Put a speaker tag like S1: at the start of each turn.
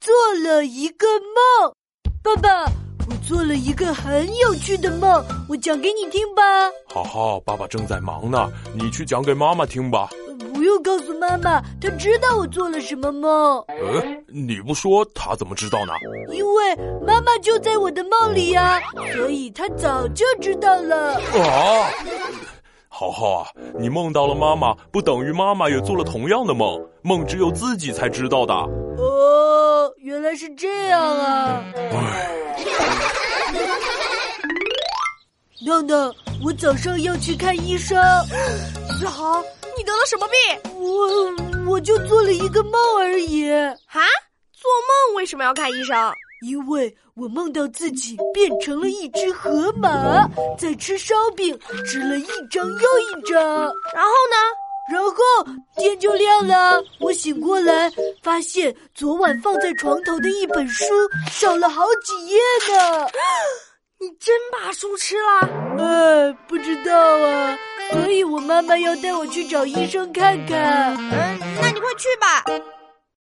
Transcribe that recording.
S1: 做了一个梦，爸爸，我做了一个很有趣的梦，我讲给你听吧。
S2: 好好，爸爸正在忙呢，你去讲给妈妈听吧。
S1: 不用告诉妈妈，她知道我做了什么梦，
S2: 呃，你不说，她怎么知道呢？
S1: 因为妈妈就在我的梦里呀、所以她早就知道了。
S2: 啊，豪豪啊，你梦到了妈妈，不等于妈妈也做了同样的梦，梦只有自己才知道的。
S1: 哦，原来是这样啊！亮亮，我早上要去看医生，
S3: 子豪，你得了什么病？
S1: 我我就做了一个梦而已，
S3: 啊？做梦为什么要看医生？
S1: 因为我梦到自己变成了一只河马，在吃烧饼，吃了一张又一张。
S3: 然后呢？
S1: 然后天就亮了，我醒过来，发现昨晚放在床头的一本书少了好几页呢。
S3: 你真把书吃了？
S1: 哎，不知道啊，所以我妈妈要带我去找医生看看。
S3: 嗯，那你快去吧。